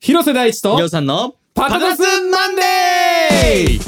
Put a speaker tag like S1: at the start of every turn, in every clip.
S1: 広瀬大地
S2: りょう
S1: と
S2: さんの
S1: パタ
S2: タ
S1: パス
S2: パス
S1: マンデー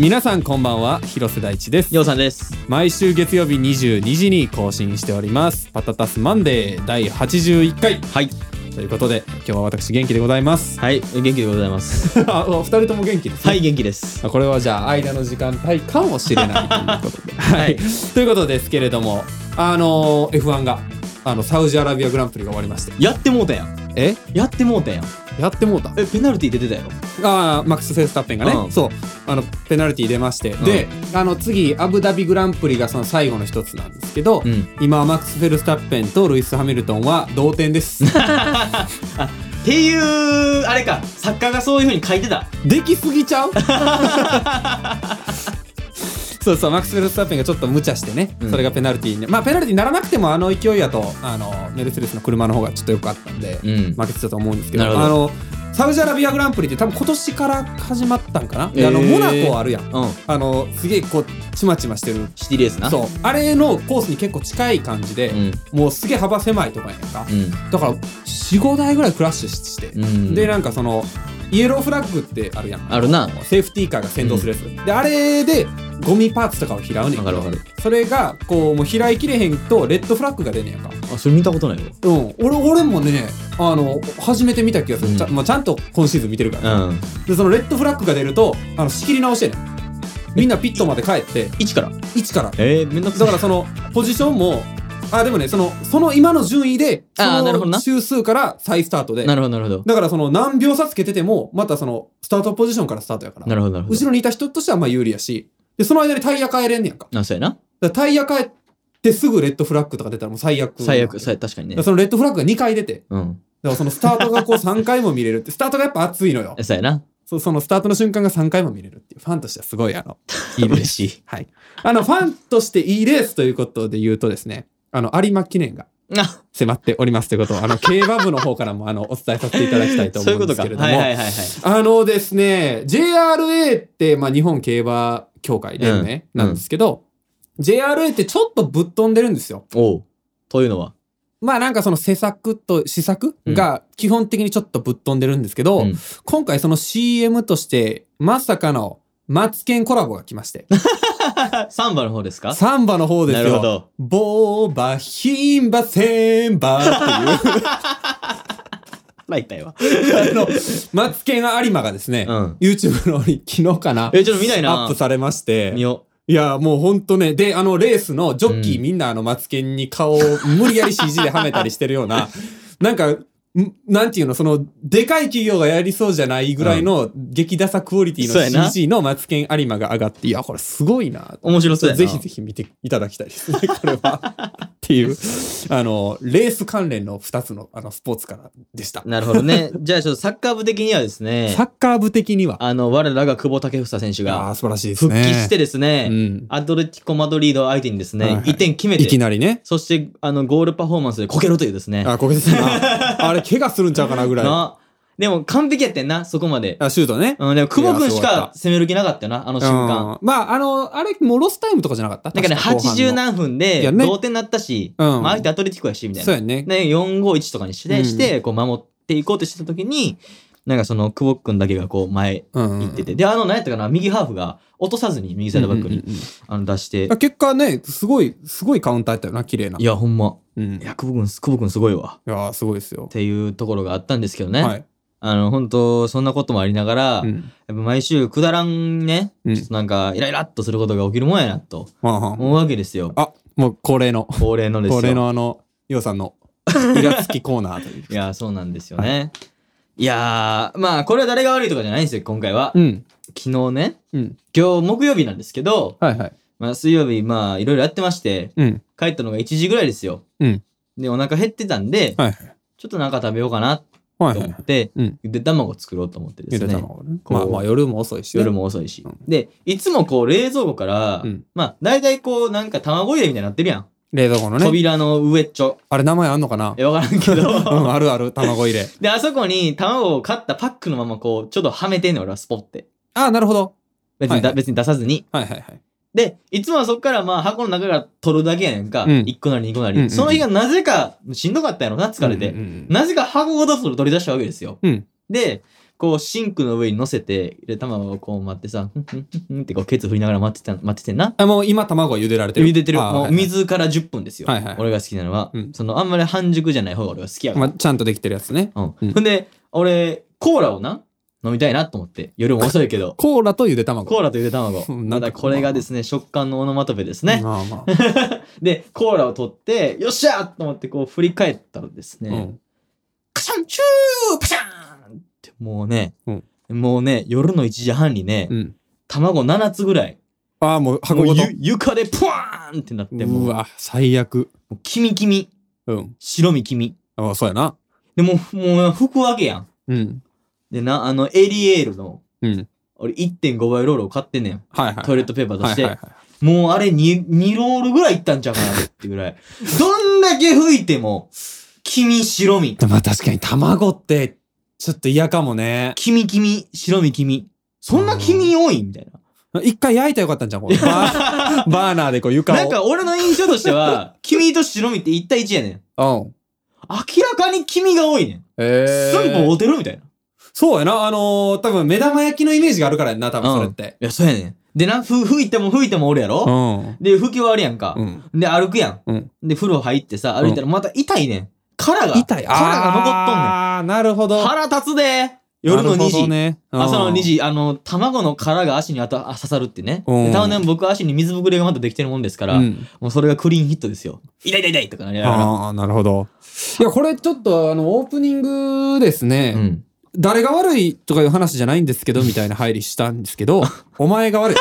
S1: 皆さんこんばんは広瀬大地です
S2: りょうさんです
S1: 毎週月曜日22時に更新しておりますパタタスマンデー第81回
S2: はい
S1: ということで今日は私元気でございます
S2: はい元気でございます
S1: あお二人とも元気ですね
S2: はい元気です
S1: まあこれはじゃあ間の時間帯かもしれないということでは
S2: はいい
S1: ということですけれどもあのー F1 があのサウジアラビアグランプリが終わりまして
S2: やってもうたやん
S1: え
S2: やってもうたやん
S1: やってもうた
S2: えペナルティ出てたやろ
S1: ああマックス・フェスタッペンがね、
S2: うん
S1: そうあのペナルティー出まして、であの次アブダビグランプリがその最後の一つなんですけど、
S2: うん
S1: 今マックス・フェルスタッペンとルイス・ハミルトンは同点です
S2: っていうあれか作家がそういう風に書いてた
S1: できすぎち ゃうそうそうマックス・フェルスタッペンがちょっと無茶してね、
S2: うん
S1: それがペナルティーにまあペナルティーにならなくてもあの勢いやとあのメルセデスの車の方がちょっと良かったんで、
S2: ん
S1: 負けてたと思うんですけど
S2: なるほど
S1: あのサウジアラビアグランプリって多分今年から始まったんかな、であの
S2: えー
S1: モナコあるやん
S2: うん
S1: あのすげえこうちまちましてる
S2: シティレースな
S1: そうあれのコースに結構近い感じで、
S2: うん
S1: もうすげえ幅狭いとかやんか、
S2: う
S1: だから45台ぐらいクラッシュして、
S2: んうん
S1: でなんかそのイエローフラッグってあるやん
S2: あるな
S1: セーフティーカーが先導するやつ、であれでゴミパーツとかを拾うねん
S2: わかるわかる
S1: それがこうもう拾いきれへんとレッドフラッグが出んねんやんか
S2: あそれ見たことないよ
S1: うん、俺俺もねあの初めて見た気がする、
S2: うん
S1: ちゃまあ、ちゃんと今シーズン見てるから、
S2: うん
S1: でそのレッドフラッグが出るとあの仕切り直してねみんなピットまで帰って
S2: 一から
S1: 1から
S2: えー、めんどくさ
S1: だ
S2: い
S1: からそのポジションもあでもねそのその今の順位でそ
S2: あーなるほど
S1: の
S2: な
S1: 周数から再スタートで
S2: なるほどなるほど
S1: だからその何秒差つけててもまたそのスタートポジションからスタートやから
S2: なるほどなるほど
S1: 後ろにいた人としてはまあ有利やしでその間にタイヤ変えれんねやんか
S2: あそうやな
S1: だからタイヤ変えてすぐレッドフラッグとか出たらもう最悪
S2: 最悪
S1: だか
S2: 最確かにね
S1: らそのレッドフラッグが2回出て
S2: うん
S1: だからそのスタートが こう3回も見れるってスタートがやっぱ熱いのよ
S2: えそうやな
S1: そそのスタートの瞬間が3回も見れるっていうファンとしてはすごいあのいいです
S2: 嬉しい
S1: はい。あの、ファンとしていいレースということで言うとですね、あの、有馬記念が
S2: あ
S1: 迫っておりますということ を、あの、競馬部の方からも、あの、お伝えさせていただきたいと
S2: そう
S1: 思
S2: いう
S1: うん
S2: こ
S1: です
S2: とか
S1: け
S2: は
S1: れ
S2: い
S1: ども、
S2: はいはいはい
S1: あのですね、JRA って、まあ、日本競馬協会でね、
S2: うん
S1: なんですけど、JRA ってちょっとぶっ飛んでるんですよ。
S2: おうというのは
S1: まあなんかその施策と施策
S2: うん
S1: が基本的にちょっとぶっ飛んでるんですけど、
S2: うん
S1: 今回その CM としてまさかのマツケンコラボが来まして、
S2: サンバの方ですか
S1: サンバの方です
S2: な
S1: よ。
S2: るほど
S1: ボーバヒンバセンバっていう
S2: まあ一回は
S1: あのマツケン有馬がですね、
S2: うん
S1: YouTube の方に昨日かな
S2: えちょっと見ないな
S1: アップされまして
S2: 見よ
S1: いやもうほんとねであのレースのジョッキー、
S2: うん
S1: みんなあのマツケンに顔を無理やり CG ではめたりしてるような なんかんなんていうのそのでかい企業がやりそうじゃないぐらいの激ダサクオリティ
S2: そうや
S1: の
S2: な
S1: CG のマツケン有馬が上がっていやこれすごいな
S2: う面白そうやな
S1: ぜひぜひ見ていただきたい ですね、これは。っていう、あの、レース関連の2つのあのスポーツからでした。
S2: なるほどね。じゃあちょっとサッカー部的にはですね
S1: サ、ッカー部的には、
S2: あの、我らが久保建英選手
S1: ああー、
S2: が
S1: 素晴らしいです
S2: 復
S1: ね。
S2: 帰してですね、
S1: うん
S2: アトレティコ・マドリード相手にですね、
S1: はいはい
S2: 1点決め
S1: いき
S2: て、
S1: なりね。
S2: そして、あの、ゴールパフォーマンスでこけろというですね、
S1: あ、こけてたな。あれ、怪我するんちゃうかなぐらい。あ
S2: なでも完璧やってんな、そこまで。
S1: シュートね。
S2: うん、でも久保君し
S1: いやすごかっ
S2: か攻める気なかったよな、あの瞬
S1: う
S2: 間。
S1: んまあ、あの、あれ、もうロスタイムとかじゃなかった
S2: だからね、
S1: 確後半の
S2: 80何分
S1: いや
S2: で
S1: ね
S2: 同点になったし、
S1: うん
S2: まあ、相手アトレティコやし、みたい
S1: そう
S2: な。
S1: やね。
S2: で、4-5-1とかにし
S1: うん
S2: て、してこう守っていこうとしてた時に、なんかその久保君だけがこう前
S1: うん
S2: 行ってて、で、あの、何やったかな、右ハーフが落とさずに右サイドバック
S1: う
S2: に、
S1: んうんうん
S2: あの出して、
S1: あ結果ね、すごい、すごいカウンターやったよな、綺麗な。
S2: いや、ほんま、
S1: うん
S2: いや、久保君、久保君すごいわ。
S1: いやー、すごいですよ
S2: っ。ていうところがあったんですけどね。
S1: はい。
S2: あの、本当そんなこともありながら、
S1: う
S2: やっ
S1: ん
S2: ぱ毎週くだらんね、
S1: うん
S2: ちょっとなんか、イライラっとすることが起きるもんやな、と
S1: はんはん
S2: 思うわけですよ。
S1: あ、もう 恒例の。
S2: 恒例のですよ。
S1: これのあの、ようさん のイラつきコーナーという。
S2: いや、そうなんですよね。いやー、まあ、これは誰が悪いとかじゃないんですよ、今回は。
S1: うん。
S2: 昨日ね、
S1: うん。
S2: 今日木曜日なんですけど、
S1: はいはい。
S2: まあ、水曜日、まあ、いろいろやってまして、
S1: うん。
S2: 帰ったのが1時ぐらいですよ。
S1: うん
S2: で、お腹減ってたんで、
S1: はいはい。
S2: ちょっとなんか食べようかな
S1: はい
S2: と
S1: は
S2: 思
S1: い。
S2: って、
S1: うん。
S2: ゆで卵作ろうと思ってで
S1: ゆ
S2: す
S1: で
S2: ね。
S1: 卵ね。
S2: こう
S1: まあまあ夜も遅いし。
S2: 夜。も遅いし
S1: うん。
S2: で、いつもこう冷蔵庫から、
S1: うん
S2: まあ大体こうなんか卵入れみたいになってるやん。
S1: 冷蔵庫のね。
S2: 扉の上っちょ。
S1: あれ名前あんのかな
S2: え、わからん け
S1: うん、
S2: ど。
S1: あるある。卵入れ。
S2: で、あそこに卵を買ったパックのままこう、ちょっとはめてんのよ俺はスポって。
S1: ああ、なるほど。
S2: 別
S1: はい
S2: にだ、
S1: はい
S2: 別に出さずに。
S1: はいはいはい。
S2: で、いつもはそっからまあ箱の中から取るだけやねんか。
S1: うん
S2: 1個なり2個なり。
S1: うんうん
S2: その日がなぜかしんどかったんやろな、疲れて。
S1: うんうん
S2: なぜか箱ごとそれ取り出したわけですよ。
S1: うん
S2: で、こうシンクの上に乗せて、ゆで卵をこう待ってさ、ふんふんふんふんってこうケツ振りながら待ってた、待っててんな。
S1: あ、もう今卵は茹でられてる。
S2: 茹でてる。
S1: あー
S2: も
S1: は
S2: う
S1: いはい
S2: 水から10分ですよ。
S1: はいはい
S2: 俺が好きなのは、
S1: うん
S2: そのあんまり半熟じゃない方が俺は好きやから
S1: まあ、ちゃんとできてるやつね。
S2: うん。ほんで、俺、コーラをな、飲みたいなと思って。夜も遅いけど。
S1: コーラと茹で卵。
S2: コーラとゆで卵
S1: う。ん な
S2: ま
S1: んか
S2: だこれがですね、食感のオノマトペですね。
S1: まあまあ。
S2: で、コーラを取って、よっしゃーと思ってこう振り返ったらですね、
S1: うん
S2: カシャンチューパシャーンってもうね、
S1: うん
S2: もうね、夜の1時半にね、
S1: うん。
S2: 卵7つぐらい、
S1: ああ、もう箱
S2: も
S1: ご
S2: う
S1: と。
S2: ゆ床でプワーンってなって、もう
S1: う、わ、最悪。
S2: もう黄身黄身、
S1: うん。
S2: 白身黄身。
S1: ああ、そうやな。
S2: で、もう、もう、拭くわけやん。
S1: うん。
S2: でな、あの、エリエールの、
S1: うん。
S2: 俺1.5倍ロールを買ってんねん。
S1: はいはい。
S2: トイレットペーパーとして。
S1: はいはいはい
S2: もうあれ 2, 2ロールぐらいいったんちゃうかなっていうぐらい。どんだけ吹いても、黄身白身。
S1: でもまあ確かに卵って、ちょっと嫌かもね。
S2: 黄身黄身、白身黄身。そんな黄身多いみたいな。
S1: 一回焼いたらよかったんじゃん、これバー バーナーでこう床を。
S2: なんか俺の印象とし ては、黄身と白身って1対1やねん。
S1: うん。
S2: 明らかに黄身が多いねん。
S1: ええ
S2: 寸法合うてるみたいな。い
S1: そうやな。あのー、多分目玉焼きのイメージがあるからやんな、多分それって。
S2: や、そうやねん。でな、ふ、吹いても吹いてもおるやろ、
S1: ん。
S2: で、吹き終わるやんか。
S1: うん。
S2: で、歩くやん。
S1: うん
S2: で、風呂入ってさ、歩いたらまた痛いねん。殻が。
S1: 痛い。
S2: 殻が残っとんねん。
S1: ああ、なるほど。
S2: 腹立つで夜の
S1: な
S2: 2
S1: るほ
S2: 時、
S1: どね、うん
S2: 朝の2。時あの卵の殻が足にあたあ刺さるってね
S1: うん
S2: でたまに僕足に水ぶくれがまたできてるもんですから、
S1: うん
S2: もうそれがクリーンヒットですよ痛い痛い痛いとかなりながら
S1: ああ、なるほど。いや、これちょっと、あの、オープニングですね、
S2: うん
S1: 誰が悪いとかいう話じゃないんですけど、みたいな入りしたんですけ ど、お前が悪い。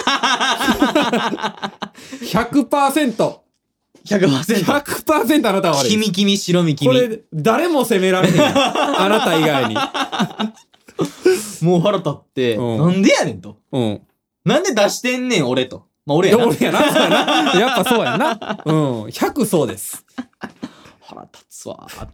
S1: 100%。
S2: 100%。
S1: 100%あなたは悪い
S2: 黄
S1: です。
S2: 身黄身白身黄
S1: こ
S2: 身
S1: れ、誰も責められへん。あなた以外に。
S2: もう腹立って、
S1: うん
S2: なんでやねんと
S1: うん。
S2: なんで出してんねん俺とまあ俺
S1: い
S2: や
S1: や、
S2: な
S1: 俺やな。そうやなやっぱそうやな。うん。100そうです。
S2: 腹立つわー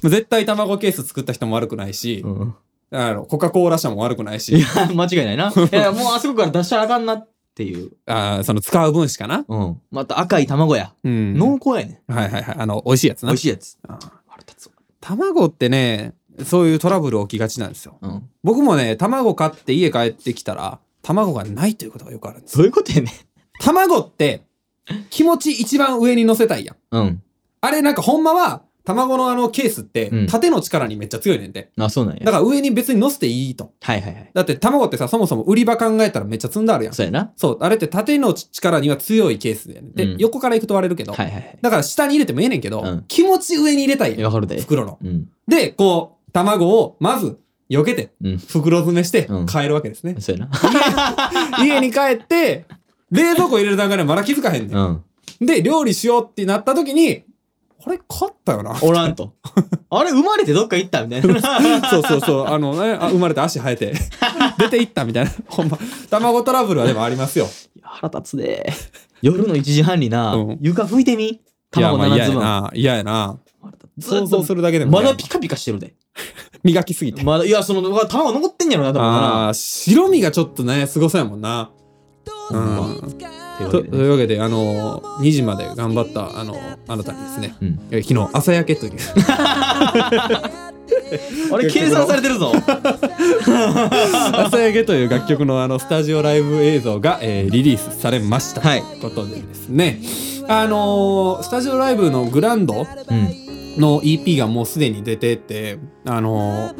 S2: と、
S1: 絶対卵ケース作った人も悪くないし、
S2: うん、
S1: あの、コカ・コーラ社も悪くない
S2: い
S1: し、
S2: や間違い ないないやもうあそこから出したらあかんなっていう、
S1: あーその使う分しかな。
S2: うん、また赤い卵や、
S1: うん。
S2: 濃厚やねん
S1: はいはいはい。あの、美味しいやつ
S2: 美
S1: な。
S2: 味しいやつ
S1: あー
S2: 腹立つわ
S1: 卵ってね、そういうトラブル起きがちなんですよ。
S2: うん
S1: 僕もね、卵買って家帰ってきたら、卵がないということがよくあるんですよ。
S2: どういうことやね
S1: 卵って、気持ち一番上に乗せたいやん。
S2: うん。
S1: あれなんかほんまは、卵のあのケースって
S2: うん、
S1: 縦の力にめっちゃ強いねんて。
S2: あ、そうなんや。
S1: だから上に別に乗せていいと。
S2: はいはいはい。
S1: だって卵ってさ、そもそも売り場考えたらめっちゃ積んであるやん。
S2: そうやな。
S1: そう、あれって縦の力には強いケースで、で、
S2: うん
S1: 横から行くと割れるけど、
S2: はいはいはい。
S1: だから下に入れてもええねんけど、
S2: うん
S1: 気持ち上に入れたい
S2: い
S1: や
S2: や
S1: ん
S2: わかるで。
S1: 袋の。
S2: うん。
S1: で、こう、卵をまず避けて、
S2: うん。
S1: 袋詰めして
S2: うん
S1: 買えるわけですね。
S2: そうや
S1: 家に帰って、冷蔵庫入れる段階でまだ気づかへんねん。
S2: な。うん。
S1: で、料理しようってなった時に、あれ、買った よな。
S2: おらんと。あれ、生まれてどっか行ったみたいな。
S1: そうそうそう。あのね、あ生まれて足生えて、出て行ったみたいな。ほんま、卵トラブルはでもありますよ。
S2: いや腹立つで。夜の1時半にな
S1: うん、
S2: 床拭いてみ。卵
S1: いや
S2: 7つ分。
S1: まあ嫌やな。嫌やな。
S2: 腹立つず
S1: 想
S2: っと
S1: 像するだけでも
S2: ま
S1: 嫌や
S2: だ
S1: な。
S2: ピカピカしてるで。
S1: 磨きすぎて。
S2: まだ、いや、その、うわ卵残ってんやろな、多分
S1: あ
S2: な。
S1: あー、白身がちょっとね、すごそうやもんな。うん。
S2: というわ
S1: と
S2: け
S1: と
S2: でね
S1: いうわけで、あのー、2時まで頑張った、あのー、あなたにですね、
S2: うん
S1: え昨日、朝焼けという。
S2: あれ、計算されてるぞ。
S1: 朝焼けという楽曲のあのスタジオライブ映像が、えーリリースされました、
S2: はい
S1: ということでですねあのースタジオライブのグランド
S2: うん。
S1: の EP がもうすでに出ててあのー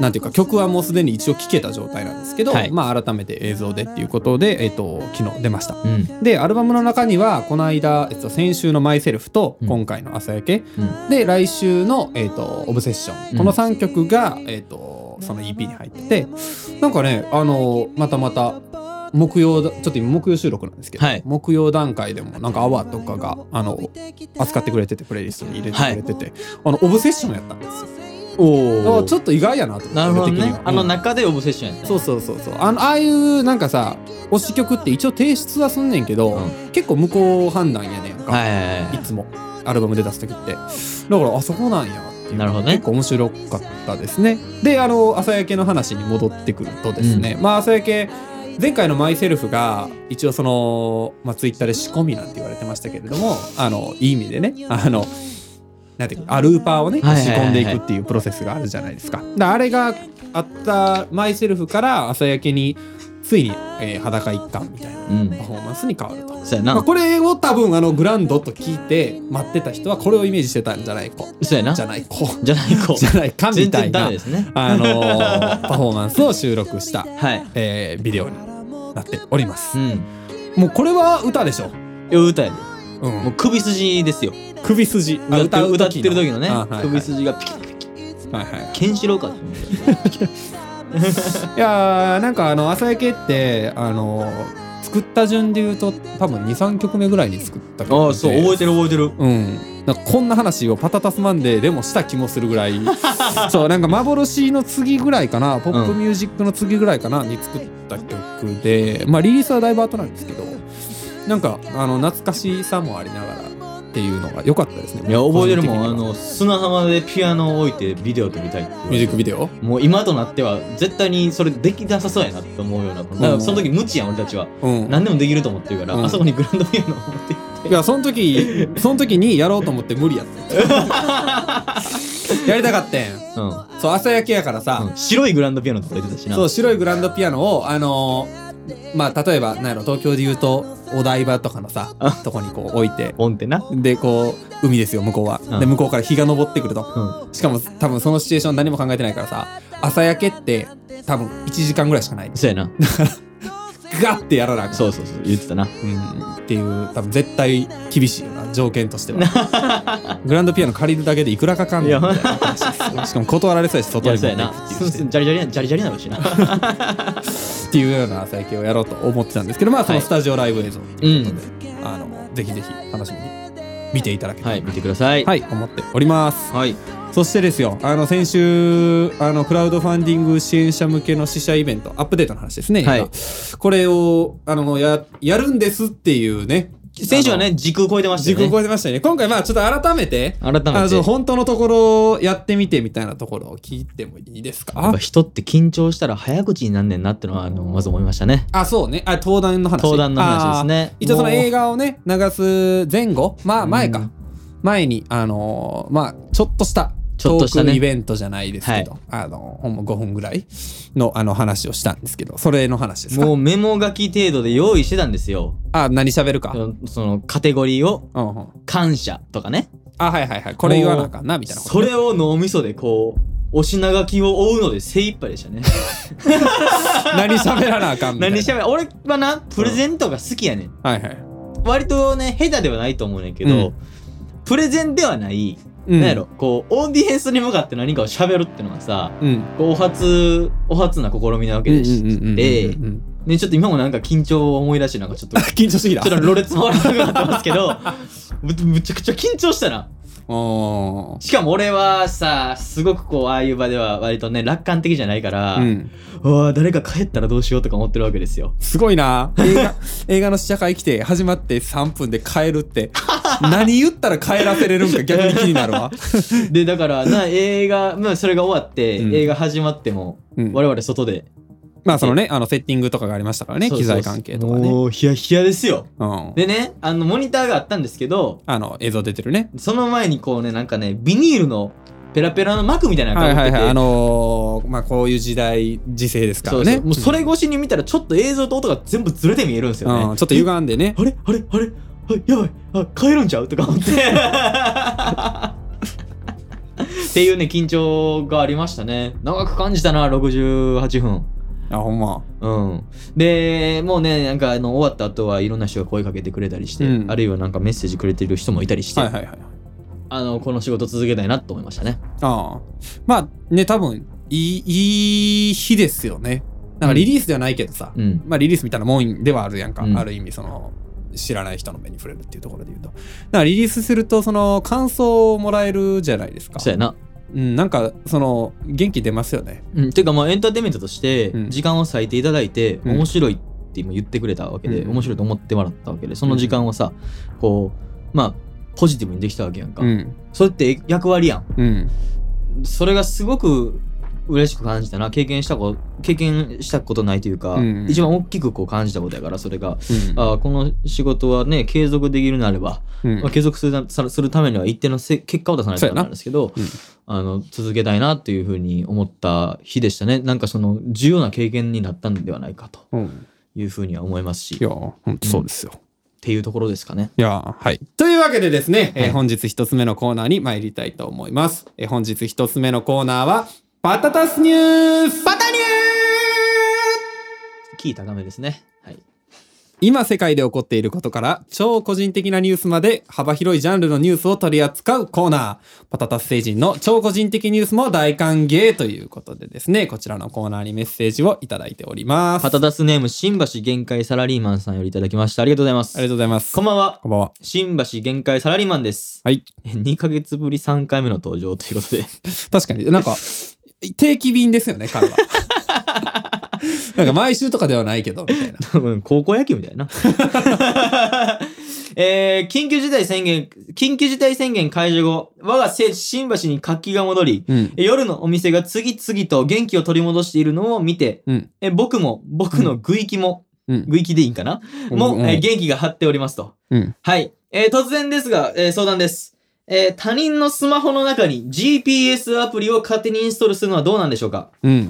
S1: なんていうか曲はもうすでに一応聴けた状態なんですけど、
S2: はい
S1: まあ改めて映像でっていうことで、えっと昨日出ました
S2: うん。
S1: でアルバムの中にはこの間、えっと、先週の「マイセルフと
S2: うん
S1: 今回の「朝焼け」
S2: うん
S1: で来週の、えーと「オブセッショ
S2: う
S1: ン」
S2: ん
S1: この3曲が、えー、とその EP に入っててなんかねあのまたまた木曜だちょっと今木曜収録なんですけど、
S2: はい
S1: 木曜段階でもなんかアワーとかがあの扱ってくれててプレイリストに入れてくれてて、あのオブセッションやったんですよ
S2: お
S1: あちょっと意外やなと思って
S2: なるほど
S1: 俺的に
S2: ね
S1: は。
S2: あの中でオブセッションやね。
S1: そうそうそうそうあのああいうなんかさ推し曲って一応提出はすんねんけど、
S2: う
S1: 結構向こう判断やねんか、、
S2: はいはいはい
S1: つもアルバムで出す時ってだからあそこなんやっていう
S2: なるほどね
S1: 結構面白かったですねであの「朝焼け」の話に戻ってくるとですね、まあ朝焼け前回のマイセルフが一応その、まあ、ツイッターで仕込みなんて言われてましたけれどもあのいい意味でねあのなんていうかアルーパーをね
S2: はいはい
S1: 仕
S2: はいはい
S1: 込んでいくっていうプロセスがあるじゃないですか。であれがあったマイセルフから朝焼けについに、えー裸一貫みたいな
S2: うん
S1: パ。フォーマンスに変わると。
S2: そうや
S1: まあ、
S2: な。
S1: これを多分あのグランドと聞いて待ってた人はこれをイメージしてたんじゃないか
S2: そうやな。
S1: じ
S2: じ
S1: ゃ
S2: ゃ
S1: ないか
S2: ない子。
S1: じゃないかみ
S2: 全
S1: たい
S2: 然ダ
S1: な
S2: メですね。
S1: あのーパフォーマンスを収録した、
S2: はい。
S1: えービデオになっております
S2: う。ん。
S1: もうこれは歌でしょ。
S2: いや歌やで。
S1: う、
S2: もうん首筋ですよ。
S1: 首筋あ
S2: 歌って歌って
S1: 時
S2: る時のね
S1: あはい、は
S2: 首
S1: い
S2: 筋がピキピキ。
S1: はいはい
S2: ケンシロウかと思う。
S1: いやーなんかあの朝焼けってあのー作った順で言うと多分23曲目ぐらいに作った曲で
S2: ああ、そう、覚えてる覚えてる。
S1: うん、なんかこんな話をパタタスマンデーでもした気もするぐら いそうなんか幻の次ぐらいかなポップミュージックの次ぐらいかな、に作った曲で、まあ、リリースはだいぶ後なんですけどなんかあの懐かしさもありながらっていうのが良かったですね
S2: いや、覚えてるもん。
S1: 個人
S2: あ
S1: 的には
S2: の、砂浜でピアノを置いてビデオ撮りたいっていう
S1: ミュージックビデオ
S2: もう今となっては、絶対にそれできなさそうやなって思うような。だからその時無知やん、俺たちは。
S1: うん
S2: 何でもできると思ってるから、
S1: うん
S2: あそこにグランドピアノを持って行って。
S1: いやその 時その時にやろうと思って無理やった やりたかったん
S2: う
S1: そう朝焼けやからさ、
S2: ん、白いグランドピアノとか言ってたしな。
S1: そう白いグランドピアノをあのーまあ例えばなんやろ東京で言うとお台場とかのさ
S2: あ
S1: とこにこう置いて
S2: ポンってな。
S1: でこう海ですよ向こうは、
S2: うん
S1: で向こうから日が昇ってくると
S2: うん。
S1: しかも多分そのシチュエーション何も考えてないからさ朝焼けって多分1時間ぐらいしかない
S2: そうやな。
S1: ガッてやらなあかん
S2: そうそうそう、言って たな。
S1: うん、っていう多分絶対厳しいよな条件としては グランドピアノ借りるだけでいくらかかんねんみたいな話ですしかも断られそうやし
S2: い
S1: 外
S2: や、
S1: に
S2: そう
S1: 持っ
S2: や
S1: ていくっ。
S2: な
S1: ていう
S2: そうそうジャリジャリな、ジャリジャリなの しな。
S1: っていうような最近をやろうと思ってたんですけどまあそのスタジオライブ映像ということで、あのぜひぜひ楽しみに見ていただけた
S2: は
S1: ら
S2: い、
S1: な
S2: 見てください。
S1: はい、思っております
S2: はい。
S1: そしてですよあの先週あのクラウドファンディング支援者向けの試写イベントアップデートの話ですね、
S2: はい
S1: 今これをあのややるんですっていうね
S2: 選手はね、時空超えてました
S1: 時
S2: よね。
S1: 刻超えてましたよね今回まあちょっと改めて
S2: 改めて。
S1: あの
S2: や
S1: 本当のところやってみてみたいなところを聞いてもいいです
S2: っ
S1: か
S2: ぱ人って緊張したら早口になんねんなってのは、あの、まず思いましたね。
S1: あそうねあ登壇の話
S2: 登壇の話です
S1: ね
S2: ね。
S1: 一応その映
S2: 画。
S1: 画をね流す前後まあ前か、
S2: うん
S1: 前にあのーまあちょっとした
S2: ちょっとしたね
S1: トークイベントじゃないですけど、あのほんま5分ぐらいのあの話をしたんですけどそれの話ですか
S2: もうメモ書き程度で用意してたんですよ。
S1: あ何喋るか、
S2: そ
S1: うん
S2: のそのカテゴリーを、
S1: うん、あ
S2: 感謝とかね。
S1: はいはいはいこれ言わなあかんなみたいなこと
S2: それを脳みそでこう、お品書きを追うので精一杯でしたね。
S1: 何喋らなあかんみたいな
S2: 何しゃべ俺はな、プレゼントが好きやねん。
S1: はいはい
S2: 割とね下手ではないと思うねんけ
S1: う
S2: ど、
S1: ん
S2: プレゼンではない、
S1: うん
S2: なんやろこうオーディエンスに向かって何かを喋るってのがさ
S1: うん
S2: こうお初お初な試みなわ
S1: う
S2: け
S1: んう
S2: で
S1: ん
S2: し、
S1: うんうん
S2: で
S1: うんうん
S2: ね、ちょっと今もなんか緊張を思い出してなんかちょっとち
S1: 緊張してきた
S2: ょっとろれつ回らなくなってますけ どむむちゃくちゃ緊張したな
S1: おー
S2: しかも俺はさすごくこうああいう場では割とね楽観的じゃないから、
S1: うん、
S2: うわ誰か帰ったらどうしようとか思ってるわけですよ
S1: すごいな映画映画の試写会来て始まって3分で帰るって 何言ったら帰らせれるんか逆に気になるわ
S2: でだからな映画、まあ、それが終わって、
S1: うん
S2: 映画始まっても、
S1: うん
S2: 我々外で
S1: まあそのね、あのセッティングとかがありましたからね、
S2: そう
S1: 機
S2: そうそう
S1: 材関係とかね。
S2: もうヒヤヒヤですよ
S1: うん。
S2: でねあのモニターがあったんですけど
S1: あの、映像出てるね。
S2: その前にこうねなんかねビニールのペラペラの膜みたいなの
S1: はい
S2: が被っ
S1: は
S2: て
S1: い
S2: て、
S1: はい。あのーまあこういう時代、時勢ですか
S2: そ
S1: ら
S2: う
S1: ね。
S2: そうもうそれ越しに見たらちょっと映像と音が全部ずれて見えるんですよね、
S1: うん、ちょっと歪んでね
S2: え。あれあれあれあやばいあ帰るんちゃうとか思って っていうね緊張がありましたね長く感じたな68分
S1: あ、ほんま。
S2: うん、でもうねなんかあの終わった後はいろんな人が声かけてくれたりして、
S1: うん
S2: あるいはなんかメッセージくれてる人もいたりして、
S1: はいはいはい。
S2: あのこの仕事続けたいなと思いましたね
S1: ああ。まあね、多分、いい、いい日ですよね。なんかリリースではないけどさ、
S2: うん
S1: まあリリースみたいなもんではあるやんか。
S2: うん
S1: ある意味、その、知らない人の目に触れるっていうところで言うと。だからリリースすると、その、感想をもらえるじゃないですか。
S2: そうやな、
S1: うん、なんか、その、元気出ますよね。
S2: うん、ていうかまあエンターテインメントとして
S1: うん
S2: 時間を割いていただいて、
S1: うん
S2: 面白いって今言ってくれたわけで、
S1: うん
S2: 面白いと思ってもらったわけでその時間をさこうまあポジティブにできたわけやんか、
S1: うん。
S2: それって役割やん
S1: うん。
S2: それがすごく嬉しく感じたな経験したこと経験したことないというか、
S1: うん
S2: 一番大きくこう感じたことやからそれがあーこの仕事はね継続できるなれば、
S1: うん
S2: まあ、継続するなさするためには一定のせ結果を出さないとダメなんですけど、
S1: そうや
S2: あの続けたいなっていうふうに思った日でしたねなんかその重要な経験になったんではないかと
S1: うん
S2: いうふうには思いますし
S1: い
S2: っ
S1: やほんとそうですよ、
S2: ていうところですかね。
S1: いやはい。というわけでですね、えー
S2: はい
S1: 本日一つ目のコーナーに参りたいと思います。えー本日一つ目のコーナーは、パタタスニュースパタニュー
S2: キー高めですね。はい、
S1: 今世界で起こっていることから超個人的なニュースまで幅広いジャンルのニュースを取り扱うコーナーパタタス星人の超個人的ニュースも大歓迎ということでですねこちらのコーナーにメッセージをいただいております
S2: パタダスネーム新橋限界サラリーマンさんよりいただきましたありがとうございま
S1: ありが
S2: す。
S1: とうございます
S2: こんばんは
S1: こんばんは
S2: 新橋限界サラリーマンです。
S1: はい
S2: 2ヶ月ぶり3回目の登場ということで。
S1: 確かになんか定期便ですよね彼は なんか毎週とかではないけどみたいな
S2: うん高校野球みたいな。 えー緊急事態宣言、緊急事態宣言解除後、我が聖地新橋に活気が戻り、
S1: うん
S2: 夜のお店が次々と元気を取り戻しているのを見て、
S1: うん
S2: え僕も、僕の愚域も、
S1: うん
S2: 愚域でいいんかな、も、
S1: うん
S2: えー元気が張っておりますと。
S1: うん
S2: はい。えー突然ですが、えー相談です。えー他人のスマホの中に GPS アプリを勝手にインストールするのはどうなんでしょうか
S1: うん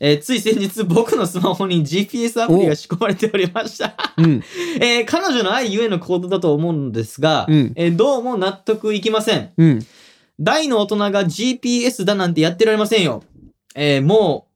S2: えーつい先日僕のスマホに GPS アプリが仕込まれておりました、
S1: うん
S2: えー彼女の愛ゆえの行動だと思うのですが、
S1: うん
S2: えーどうも納得いきません
S1: うん
S2: 大の大人が GPS だなんてやってられませんよえーも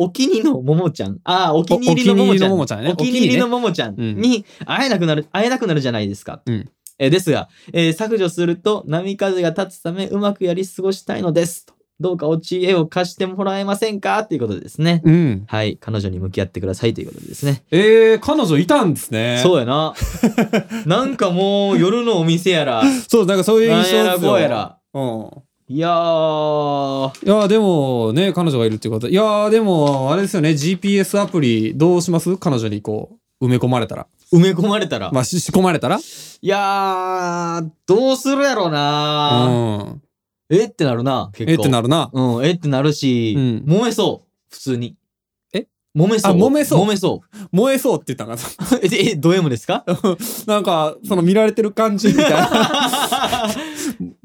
S2: うお気に入りのももちゃんああお気に入りのももちゃん
S1: おお気に入りのももちゃんね
S2: お気に入りのももちゃん
S1: お気に入り
S2: に会えなくなる会えなくなるじゃないですか、
S1: うん
S2: えーですが、えー削除すると波風が立つためうまくやり過ごしたいのですとどうかお知恵を貸してもらえませんかということですね
S1: うん
S2: はい、彼女に向き合ってくださいということですね。
S1: えー、彼女いたんですね
S2: そう やな。なんかもう夜のお店やら、
S1: そうなんかそういう
S2: なん
S1: 印象
S2: やら
S1: ですよ
S2: こうやら。
S1: うん
S2: いやー、
S1: いやーでもね彼女がいるっていうこといやーでもあれですよね GPS アプリどうします彼女にこう埋め込まれたら
S2: 埋め込まれたら。
S1: まあし仕込まれたら
S2: いやー、どうするやろな、
S1: うん
S2: えってなるな、結構。
S1: えってな
S2: る。
S1: るな
S2: うん、えってなるし、
S1: うん
S2: 揉めそう、普通に。
S1: え
S2: 揉めそう。
S1: あ揉めそう
S2: 揉め そう。
S1: 燃えそうって言ったんか
S2: え、え、ド M ですか
S1: なんかその見られてる感じみたいな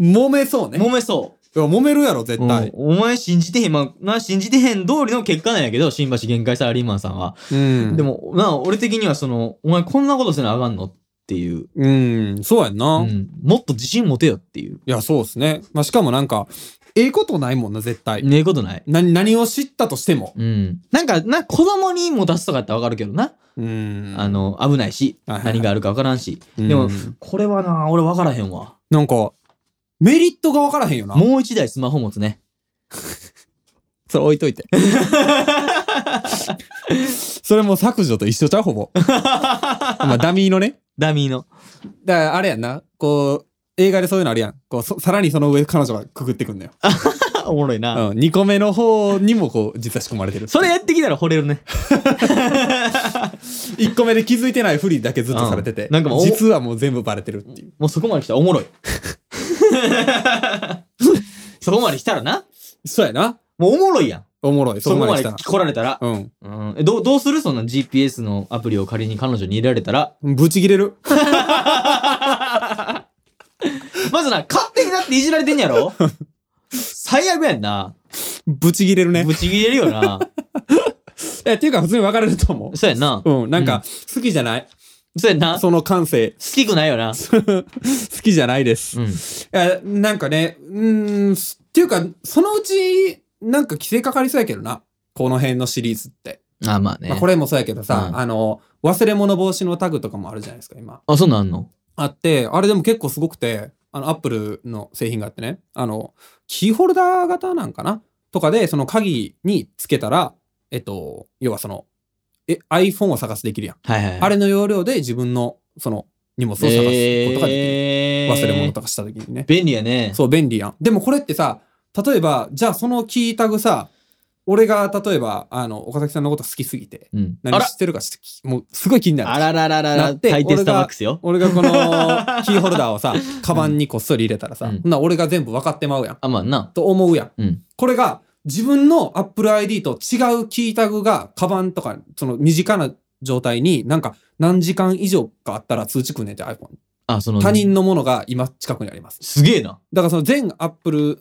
S1: 揉めそうね
S2: 揉めそう。
S1: いや揉めるやろ絶対
S2: うんお前信じてへん、まあ、な、信じてへん通りの結果なんやけど、新橋限界サラリーマンさんは。
S1: うん
S2: でも、な、俺的にはその、お前こんなことせなあかんのっていう、
S1: うんそうやんな、
S2: う
S1: い
S2: ん、もっと自信持てよっていう。
S1: やそうですねまあしかもなんかええことないもんな絶対
S2: ねえことない。
S1: 何何を知ったとしても
S2: うん。なんか、な、子供に持たすとかってわかるけどな。
S1: うん
S2: あの、危ないし、
S1: はいはいはい
S2: 何があるかわからんし。
S1: うん
S2: でも、これはな、俺わからへんわ。
S1: なんかメリットが分からへんよな
S2: もう一台スマホ持つね。
S1: それ置いといて。 それもう削除と一緒ちゃうほ ぼ。まあダミーのね。
S2: ダミ ーの。
S1: だからあれやんな。こう、映画でそういうのあるやん。こう、そさらにその上彼女がくぐってくんだよ。
S2: おもろいな。
S1: うん。2個目の方にもこう、実は仕込まれてる。
S2: それやってきたら惚れるね。
S1: 1個目で気づいてないふりだけずっとされてて。
S2: うんなんかもう
S1: 実はもう全部バレてるっていう。
S2: もうそこまで来たらお もろい。そこまで来たらな。
S1: そうやな。
S2: もうおもろいやん。
S1: おもろい。そ
S2: そ
S1: こ
S2: こ
S1: ま
S2: ま
S1: で
S2: で
S1: 来たら。
S2: 来られたら。
S1: う
S2: うん、えどう、どうするそんな GPS のアプリを仮に彼女に入れられたら。
S1: ん。ブチ切れる。
S2: まずな、勝手になっていじられてんやろ最悪やんな。
S1: ブチ切れるね。
S2: ぶち切れるよな。
S1: え、っていうか普通に別れると思
S2: そうやんな。
S1: う。うん。なんか、好きじゃない。
S2: そうやんな。好
S1: その感性。
S2: きくないよな。
S1: 好きじゃないです。
S2: うん。
S1: えなんかね、うーん、すっていうか、そのうち、なんか規制かかりそうやけどな。この辺のシリーズって。
S2: あ、まあね。
S1: まあ、これもそうやけどさ、
S2: うん
S1: あの、忘れ物防止のタグとかもあるじゃないですか、今。
S2: あ、そんなんあんの
S1: あって、あれでも結構すごくて、あの、アップルの製品があってね、あの、キーホルダー型なんかなとかで、その鍵につけたら、えっと、要はその、え、iPhone を探すできるやん。
S2: はいはい。
S1: あ
S2: れ、
S1: れの容量で自分の、その、荷物を探すことができる。
S2: えー、
S1: 忘れ物とかした時にね。
S2: 便利やね。
S1: そう、便利やん。でもこれってさ、例えば、じゃあそのキータグさ、俺が例えば、あの、岡崎さんのこと好きすぎて、
S2: う。ん。あ
S1: 何
S2: ら
S1: 知ってるかして、もうすごい気にな
S2: あ
S1: る。
S2: らららら
S1: な
S2: ら、
S1: って
S2: 大抵スターバックスよ。
S1: 俺がこのキーホルダー をさ、カバンにこっそり入れたらさ、
S2: うん
S1: ほんなら俺が全部分かってまうやん。
S2: あ、まあな。
S1: と思うやん。
S2: うん。
S1: これが、自分の Apple ID と違うキータグが、カバンとか、その身近な状態になんか何時間以上かあったら通知くんねんって iPhone。
S2: あ、その、
S1: 他人のものが今近くにあります。
S2: すげえな。
S1: だからその全 Apple、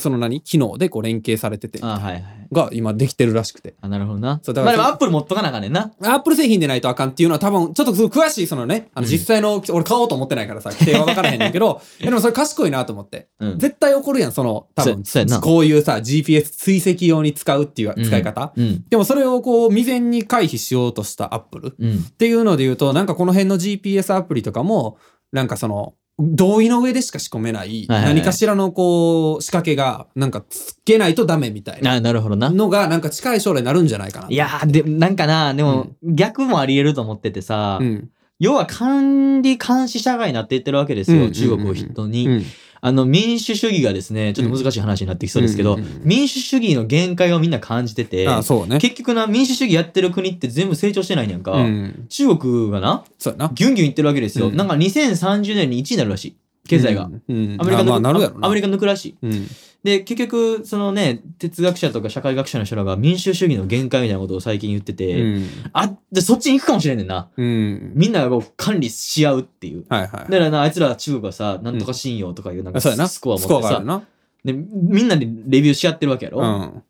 S1: その何機能でこう連携されてて、
S2: あ、はいはい。
S1: が今できてるらしくて。
S2: あ、なるほどな。
S1: そうだか
S2: まあ
S1: ら
S2: でもアップル持っとかなあかんねんな。
S1: アップル製品でないとあかんっていうのは多分、ちょっとすごい詳しい、そのね、あの
S2: うん
S1: 実際の、俺買おうと思ってない からさ、規定は分からへんねんけど、いやでもそれ賢いなと思って。
S2: うん。
S1: 絶対起こるやん、その、多分、
S2: そうそうやな
S1: こういうさ、GPS 追跡用に使うっていう使い方。
S2: うん。
S1: でもそれをこう、未然に回避しようとしたアップルっ
S2: うん。
S1: ていうので言うと、なんかこの辺の GPS アプリとかも、なんかその、同意の上でしか仕込めない、
S2: はいはいはい
S1: 何かしらのこう、仕掛けが、なんかつけないとダメみたいな
S2: あ、なるほどな。
S1: のが、なんか近い将来になるんじゃないかな。
S2: いやーで、なんかな、でも、逆もあり得ると思っててさ、
S1: うん。
S2: 要は管理監視社会になっていってるわけですよ、
S1: うんうんうん
S2: 中国を筆頭に、
S1: うん
S2: あの、民主主義がですね、ちょっと難しい話になってきそうですけ
S1: う
S2: ど、
S1: んうんうんうん
S2: 民主主義の限界をみんな感じてて、
S1: ああそうね。
S2: 結局な、民主主義やってる国って全部成長してないねんか、
S1: うん。
S2: 中国がな、
S1: そうやな。
S2: ギュンギュンいってるわけですよ。
S1: うん
S2: なんか2030年に1位になるらしい、経済が。
S1: うん。うん
S2: アメリカ
S1: あま
S2: 抜
S1: あ
S2: く、
S1: なるやろな。
S2: アメリカ抜くらしい。
S1: うん。
S2: で、結局、そのね、哲学者とか社会学者の人らが民主主義の限界みたいなことを最近言ってて、
S1: うん
S2: あ、で、そっちに行くかもしれんねんな。
S1: うん。
S2: みんながこう管理し合うっていう。
S1: はいはい。
S2: だからな、あいつら中国はさ、なんとか信用とかいうなんか
S1: あそうやな。
S2: スコア持って
S1: があ
S2: さ
S1: る、な。
S2: で、みんなでレビューし合ってるわけや
S1: う
S2: ろ。
S1: ん。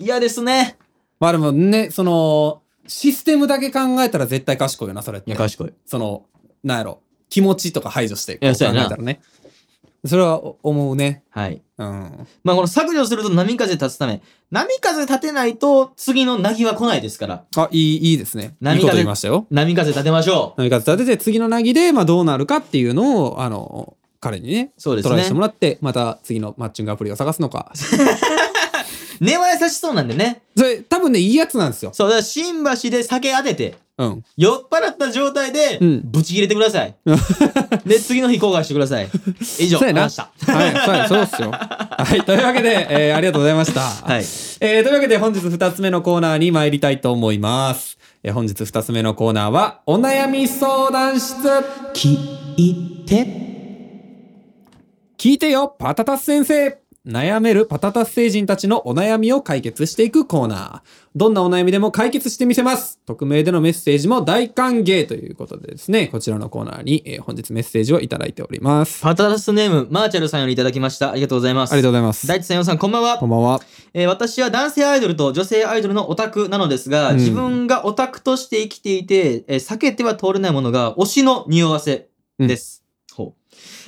S2: 嫌ですね。
S1: まあでもね、その、システムだけ考えたら絶対賢いよな、それっ
S2: い
S1: て
S2: や、。賢い。
S1: その、なんやろ。気持ちとか排除して、こ
S2: や
S1: う考
S2: そう
S1: え
S2: やな
S1: たらね。それは思うね。
S2: はい。
S1: うん。
S2: まあ、この削除すると波風立つため、波風立てないと次の凪は来ないですから、
S1: あ、いい、いいですね。いい
S2: 何
S1: こと
S2: が
S1: 言いましたよ。
S2: 波風立てましょう。
S1: 何か立てて、次のなぎで、まあどうなるかっていうのを、あの、彼にね、
S2: そうで
S1: ト
S2: す
S1: ライしても
S2: ね。
S1: らって、また次のマッチングアプリを探すのか。
S2: 根は優しそうなんでね。
S1: それ、多分ね、いいやつなんですよ。
S2: そう、だから新橋で酒当てて、
S1: うん。
S2: 酔っ払った状態で
S1: うん、
S2: ぶち切れてください。で、次の日後悔してください。以上、
S1: そうやな
S2: 話した。
S1: はい、そうやそうっ すよ。はい、というわけで、えーありがとうございました。
S2: はい。
S1: えーというわけで、本日2つ目のコーナーに参りたいと思います。えー本日2つ目のコーナーは、お悩み相談室
S2: 聞いて。
S1: 聞いてよ、パタタス先生悩めるパタタス星人たちのお悩みを解決していくコーナー。どんなお悩みでも解決してみせます匿名でのメッセージも大歓迎ということでですね、こちらのコーナーに、えー本日メッセージをいただいております。
S2: パタラスネーム、マーチャルさんよりいただきました。ありがとうございます。
S1: ありがとうございます。
S2: 大地さん、よさん、こんばんは
S1: こん。ばんは。
S2: えー私は男性アイドルと女性アイドルのオタクなのですが、
S1: うん
S2: 自分がオタクとして生きていて、えー避けては通れないものが推しの匂わせです。ほう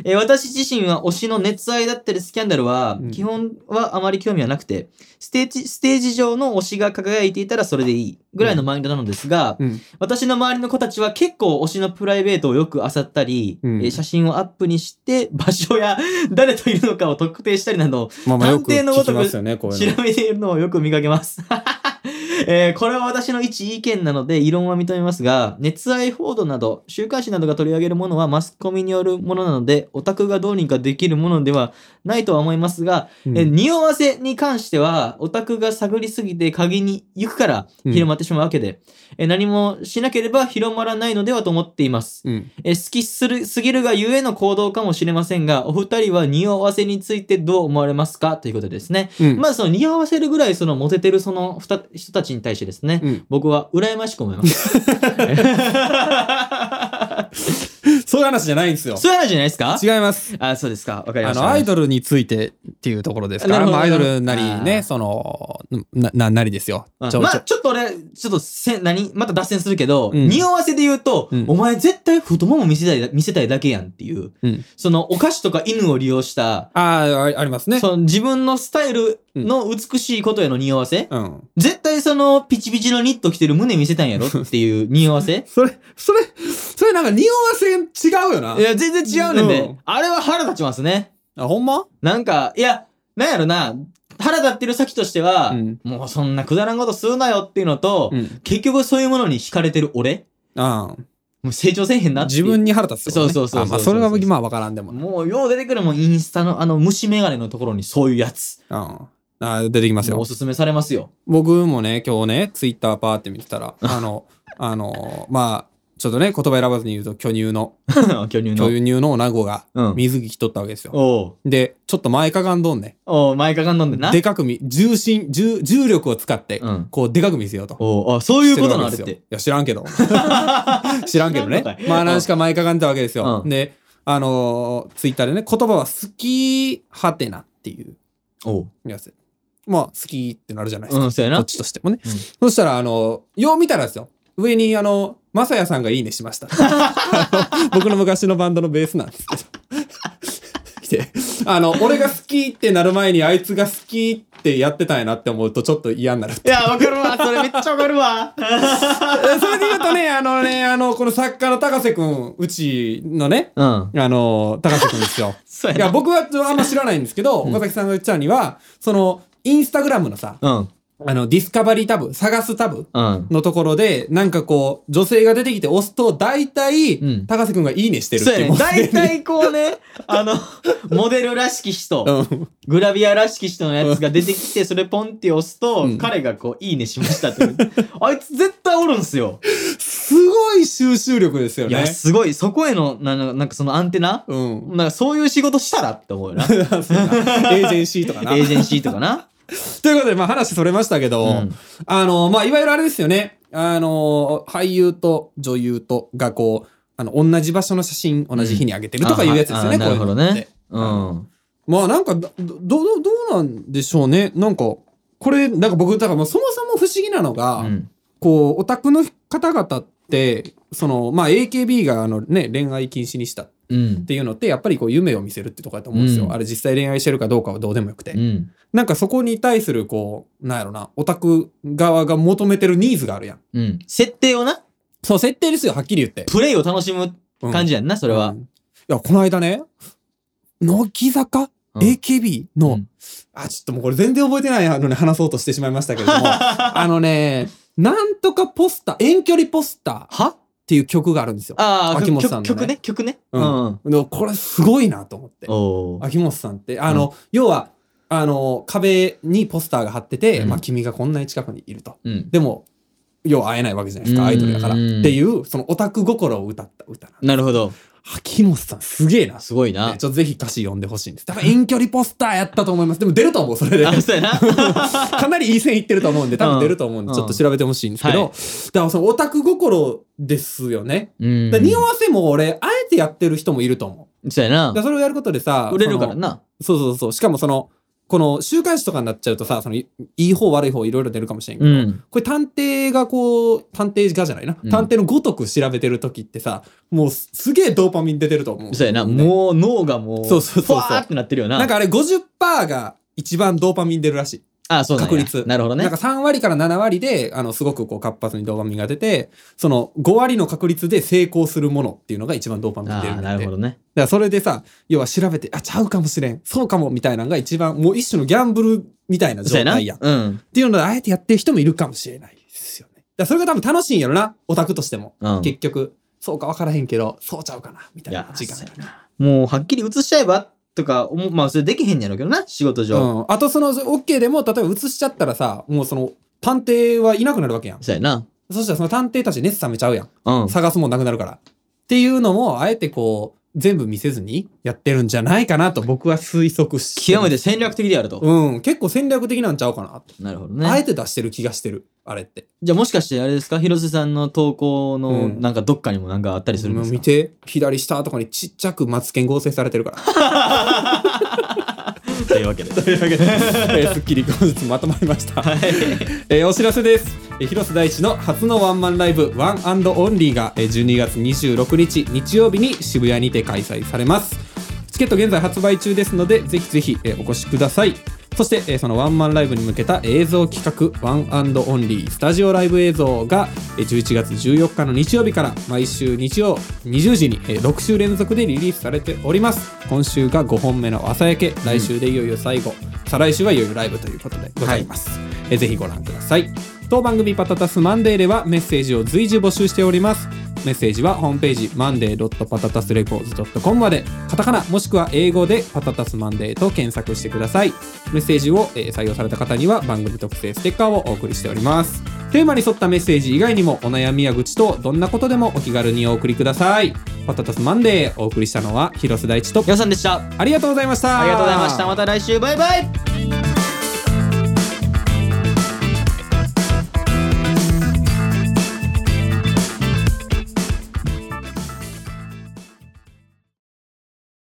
S2: えー私自身は推しの熱愛だったりスキャンダルは、
S1: うん
S2: 基本はあまり興味はなくてステージ、ステージ上の推しが輝いていたらそれでいいぐらいのマインドなのですが、
S1: うん。
S2: 私の周りの子たちは結構推しのプライベートをよく漁ったり、
S1: うん
S2: えー写真をアップにして場所や誰といるのかを特定したりなど
S1: まあまあよく
S2: 探偵のご
S1: 聞
S2: と
S1: き
S2: く
S1: ますよね、こういうの。
S2: 調べているのをよく見かけます。 えーこれは私の一意見なので異論は認めますが熱愛報道など週刊誌などが取り上げるものはマスコミによるものなのでオタクがどうにかできるものではないとは思いますが、
S1: うん
S2: えー匂わせに関してはオタクが探りすぎて鍵に行くから
S1: うん
S2: 広まってしまうわけで、えー何もしなければ広まらないのではと思っています。
S1: うん。
S2: えー好きするすぎるがゆえの行動かもしれませんがお二人は匂わせについてどう思われますかということですね。
S1: うん。
S2: まあその似合わせるぐらいそのモテてるそのふた人たちに対してですね、
S1: うん
S2: 僕は羨ましく思い ます。
S1: そういう話じゃないんですよ。
S2: そういう話じゃないですか
S1: 違います。
S2: あ、そうですか。わかりま
S1: あ
S2: した。
S1: の、アイドルについてっていうところですか
S2: な
S1: ら、
S2: るほど
S1: まあ、アイドルなり
S2: あ
S1: ね、
S2: ー
S1: その、な、な、なりですよ。
S2: うん
S1: ちょ
S2: ま
S1: ち
S2: あ
S1: ょ
S2: ちょっと俺、ちょっとせ、何また脱線するけど、
S1: うん
S2: 匂わせで言うと、
S1: うん
S2: お前絶対太もも見せたいだ、見せたいだけやんっていう、
S1: うん
S2: そのお菓子とか犬を利用した、
S1: あー、あありますね。
S2: その自分のスタイルの美しいことへの匂わせ、
S1: うん。
S2: 絶対そのピチピチのニット着てる胸見せたんやろっていう匂わせ。
S1: それ、それ、それなんか匂わせ違うよない
S2: や、全然違うねんで、
S1: うん
S2: あれは腹立ちますね。
S1: あ、ほんま
S2: なんか、いや、なんやろな、腹立ってる先としては、
S1: うん
S2: もうそんなくだらんことするなよっていうのと、
S1: ん。
S2: 結局そういうものに惹かれてる俺
S1: あ
S2: もう成長せえへんな
S1: あ。
S2: っていう
S1: 自分に腹立つってことね。
S2: そうそうそ
S1: あ
S2: うそう
S1: まあ、それはまあわからんでもない。
S2: もうよう出てくるもん、インスタのあの虫眼鏡のところにそういうやつ。
S1: うん。あー出てきます
S2: もう
S1: よ
S2: お。すすめされますよ。
S1: 僕もね、今日ね、ツイッターパーって見てたら、あの、あの、まあ、ちょっとね、言葉選ばずに言うと、巨乳の、
S2: 巨乳の。
S1: 巨乳の女子が
S2: うん。
S1: 水着着とったわけですよ。
S2: おう
S1: で、ちょっと前かがんどんね。
S2: おう前かがんどんでな。
S1: でかくみ、重心、重、重力を使って
S2: うん、
S1: こう、でかく見せようと。
S2: おうあ、そういうことな
S1: なん
S2: あれ
S1: で
S2: っ
S1: すよ。い
S2: て。
S1: や、知らんけど。 知らんけどね
S2: 知らんのか。い
S1: まあ、何しか前かがんでたわけですよ。
S2: うん
S1: で、あのーツイッターでね、言葉は好きはてなっていう
S2: おう。
S1: やつ。まあ、好きってなるじゃないです
S2: う
S1: か。
S2: ん、そうや
S1: こっ
S2: な。
S1: ちとしてもね。
S2: うん
S1: そしたら、あのーよう見たらですよ。上に、あのー、まさやさんがいいねしま した。 あの僕の昔のバンドのベースなんですけど。 来てあの、俺が好きってなる前に、あいつが好きってやってたんやなって思うと、ちょっと嫌 になる。
S2: いや、わかるわ。それめっちゃわか るわ。
S1: それで言うとね、あのね、あの、この作家の高瀬くん、うちのね、
S2: うん。。
S1: あの、高瀬くんですよ
S2: そう
S1: い
S2: や
S1: や、
S2: な。
S1: 僕はあんま知らないんですけど、
S2: うん
S1: 岡崎さんが言ってたには、その、インスタグラムのさ、
S2: うん。
S1: あの、ディスカバリータブ、探すタブ
S2: うん。
S1: のところで、なんかこう、女性が出てきて押すと、大体、
S2: うん
S1: 高瀬くんがいいねしてるっ
S2: そう
S1: て
S2: や
S1: も
S2: ね。
S1: う
S2: 大体こうね、あ の、モデルらしき人、
S1: うん
S2: グラビアらしき人のやつが出てきて、それポンって押すと、
S1: うん
S2: 彼がこう、いいねしましたって。 あいつ絶対おるんすよ。
S1: すごい収集力ですよ
S2: いや、
S1: ね。
S2: すごい、そこへの、なんかなんかそのアンテナ
S1: うん。
S2: なんかそういう仕事したらって思うよな。
S1: そうやなエージェンシーとかな。
S2: エージェンシーとかな。
S1: ということで、まあ話それましたけど、
S2: うん
S1: あの、まあいわゆるあれですよね。あの、俳優と女優とがこう、あの、同じ場所の写真、同じ日に上げてるとかいうやつですよね、
S2: あはあなるほどね。
S1: こ
S2: う
S1: ういうのって
S2: ん。
S1: まあなんかど、ど、どどうなんでしょうね。なんか、これ、なんか僕、だからもうそもそも不思議なのが、
S2: うん
S1: こう、オタクの方々って、その、まあ AKB があのね、恋愛禁止にしたっ
S2: うん。
S1: ていうのって、やっぱりこう、夢を見せるってとこだと思うんですよ。
S2: うん
S1: あれ実際恋愛してるかどうかはどうでもよくて。
S2: うん。
S1: なんかそこに対するこう、なんやろな、オタク側が求めてるニーズがあるやん。
S2: うん。設定をな、
S1: そう、設定ですよ、はっきり言って。
S2: プレイを楽しむ
S1: うん
S2: 感じやんな、それは
S1: う。んいや、この間ね、乃木坂、
S2: うん
S1: AKB の、
S2: うん
S1: あ、ちょっともうこれ全然覚えてないのに話そうとしてしまいましたけれど も、あのね、なんとかポスター、遠距離ポスターっ
S2: は
S1: ていう曲があるんですよ。
S2: ああ、
S1: 秋元さんのね
S2: 曲曲ね、曲ね。
S1: うん
S2: うん。
S1: でもこれすごいなと思って。
S2: おー
S1: 秋元さんって、あの、要は、あの、壁にポスターが貼ってて、
S2: うん
S1: まあ、君がこんなに近くにいると。
S2: うん。
S1: でも、要は会えないわけじゃないですか、アイドルだから。っ
S2: う
S1: て
S2: ん
S1: いう、そのオタク心を歌った歌なの。
S2: なるほど。
S1: 秋元さん、すげえな。
S2: すごい
S1: ね
S2: な。
S1: ちょっとぜひ歌詞読んでほしいんです。だから遠距離ポスターやったと思います。でも出ると思う、それで。
S2: あ、そうやな。
S1: かなりいい線いってると思うんで、多
S2: うん
S1: 分出ると思うんで、ちょっと調べてほしいんですけ
S2: うん
S1: ど、だからそのオタク心ですよね。
S2: うん
S1: だから匂わせも俺、あえてやってる人もいると思う。
S2: そうや
S1: だから
S2: な。
S1: それをやることでさ、
S2: 売れるから
S1: その
S2: な。
S1: そうそうそう。しかもその、この週刊誌とかになっちゃうとさ、そのいいい方悪い方いろいろ出るかもしれんけど、
S2: うん。
S1: これ探偵がこう、探偵がじゃないな。
S2: うん
S1: 探偵のごとく調べてる時ってさ、もうすすげえドーパミン出てると思う。
S2: そうやな。もう脳がもう、
S1: そうそうそうそう
S2: ふわーってなってるよな。
S1: なんかあれ50%が一番ドーパミン出るらしい。
S2: あ、そうなんや
S1: 確率
S2: なるほどね。
S1: なんか3割から7割で、あの、すごくこう活発にドーパミンが出て、その5割の確率で成功するものっていうのが一番ドーパミン出
S2: あ
S1: るんだっ
S2: あ、
S1: て。
S2: なるほどね。
S1: だからそれでさ、要は調べて、あ、ちゃうかもしれん。そうかも、みたいなのが一番、もう一種のギャンブルみたいな
S2: そう
S1: 状
S2: やな。
S1: 態やん。っ
S2: うん。
S1: ていうので、あえてやってる人もいるかもしれないですよね。だからそれが多分楽しいんやろな、オタクとしても。
S2: うん。
S1: 結局、そうか分からへんけど、そうちゃうかな、みたい
S2: い
S1: な
S2: や、
S1: 時間
S2: そうやな。もう、はっきり映しちゃえばとか思う、まあ、それできへんやろうけどな、仕事上。
S1: うん、あとその OK でも例えば映しちゃったらさもうその探偵はいなくなるわけやん
S2: そうやな。
S1: そしたらその探偵たち熱冷めちゃうやん
S2: うん。
S1: 探すもんなくなるからっていうのもあえてこう全部見せずにやってるんじゃないかなと僕は推測して
S2: 極めて戦略的であると。
S1: うん結構戦略的なんちゃうかなと、
S2: なるほど
S1: あえ
S2: ね。
S1: て出してる気がしてるあれって
S2: じゃあ、もしかしてあれですか広瀬さんの投稿の、
S1: うん
S2: なんかどっかにもなんかあったりするん
S1: も
S2: で
S1: う
S2: すか
S1: 見て左下とかにちっちゃくマツケン合成されてるから
S2: というわけで。
S1: というわけで、 えー、すっきり本日まとまりました えーお知らせです、えー広瀬大地の初のワンマンライブ「ワンオンリーがえー12月26日日曜日に渋谷にて開催されますチケット現在発売中ですのでぜひぜひえーお越しくださいそしてえーそのワンマンライブに向けた映像企画「ワンオンリースタジオライブ映像が」えー11月14日の日曜日から毎週日曜20時にえー6週連続でリリースされております今週が5本目の朝焼け来週でいよいよ最後、再来週はいよいよライブということでございます、えーぜひご覧ください当番組パタタスマンデーではメッセージを随時募集しておりますメッセージはホームページ monday.patatasrecords.com までカタカナもしくは英語で「パタタスマンデー」と検索してくださいメッセージを、えー採用された方には番組特製ステッカーをお送りしておりますテーマに沿ったメッセージ以外にもお悩みや愚痴とどんなことでもお気軽にお送りくださいパタタスマンデーお送りしたのは広瀬大地と
S2: よさんでした
S1: ありがとうございました
S2: ありがとうございましたまた来週バイバイ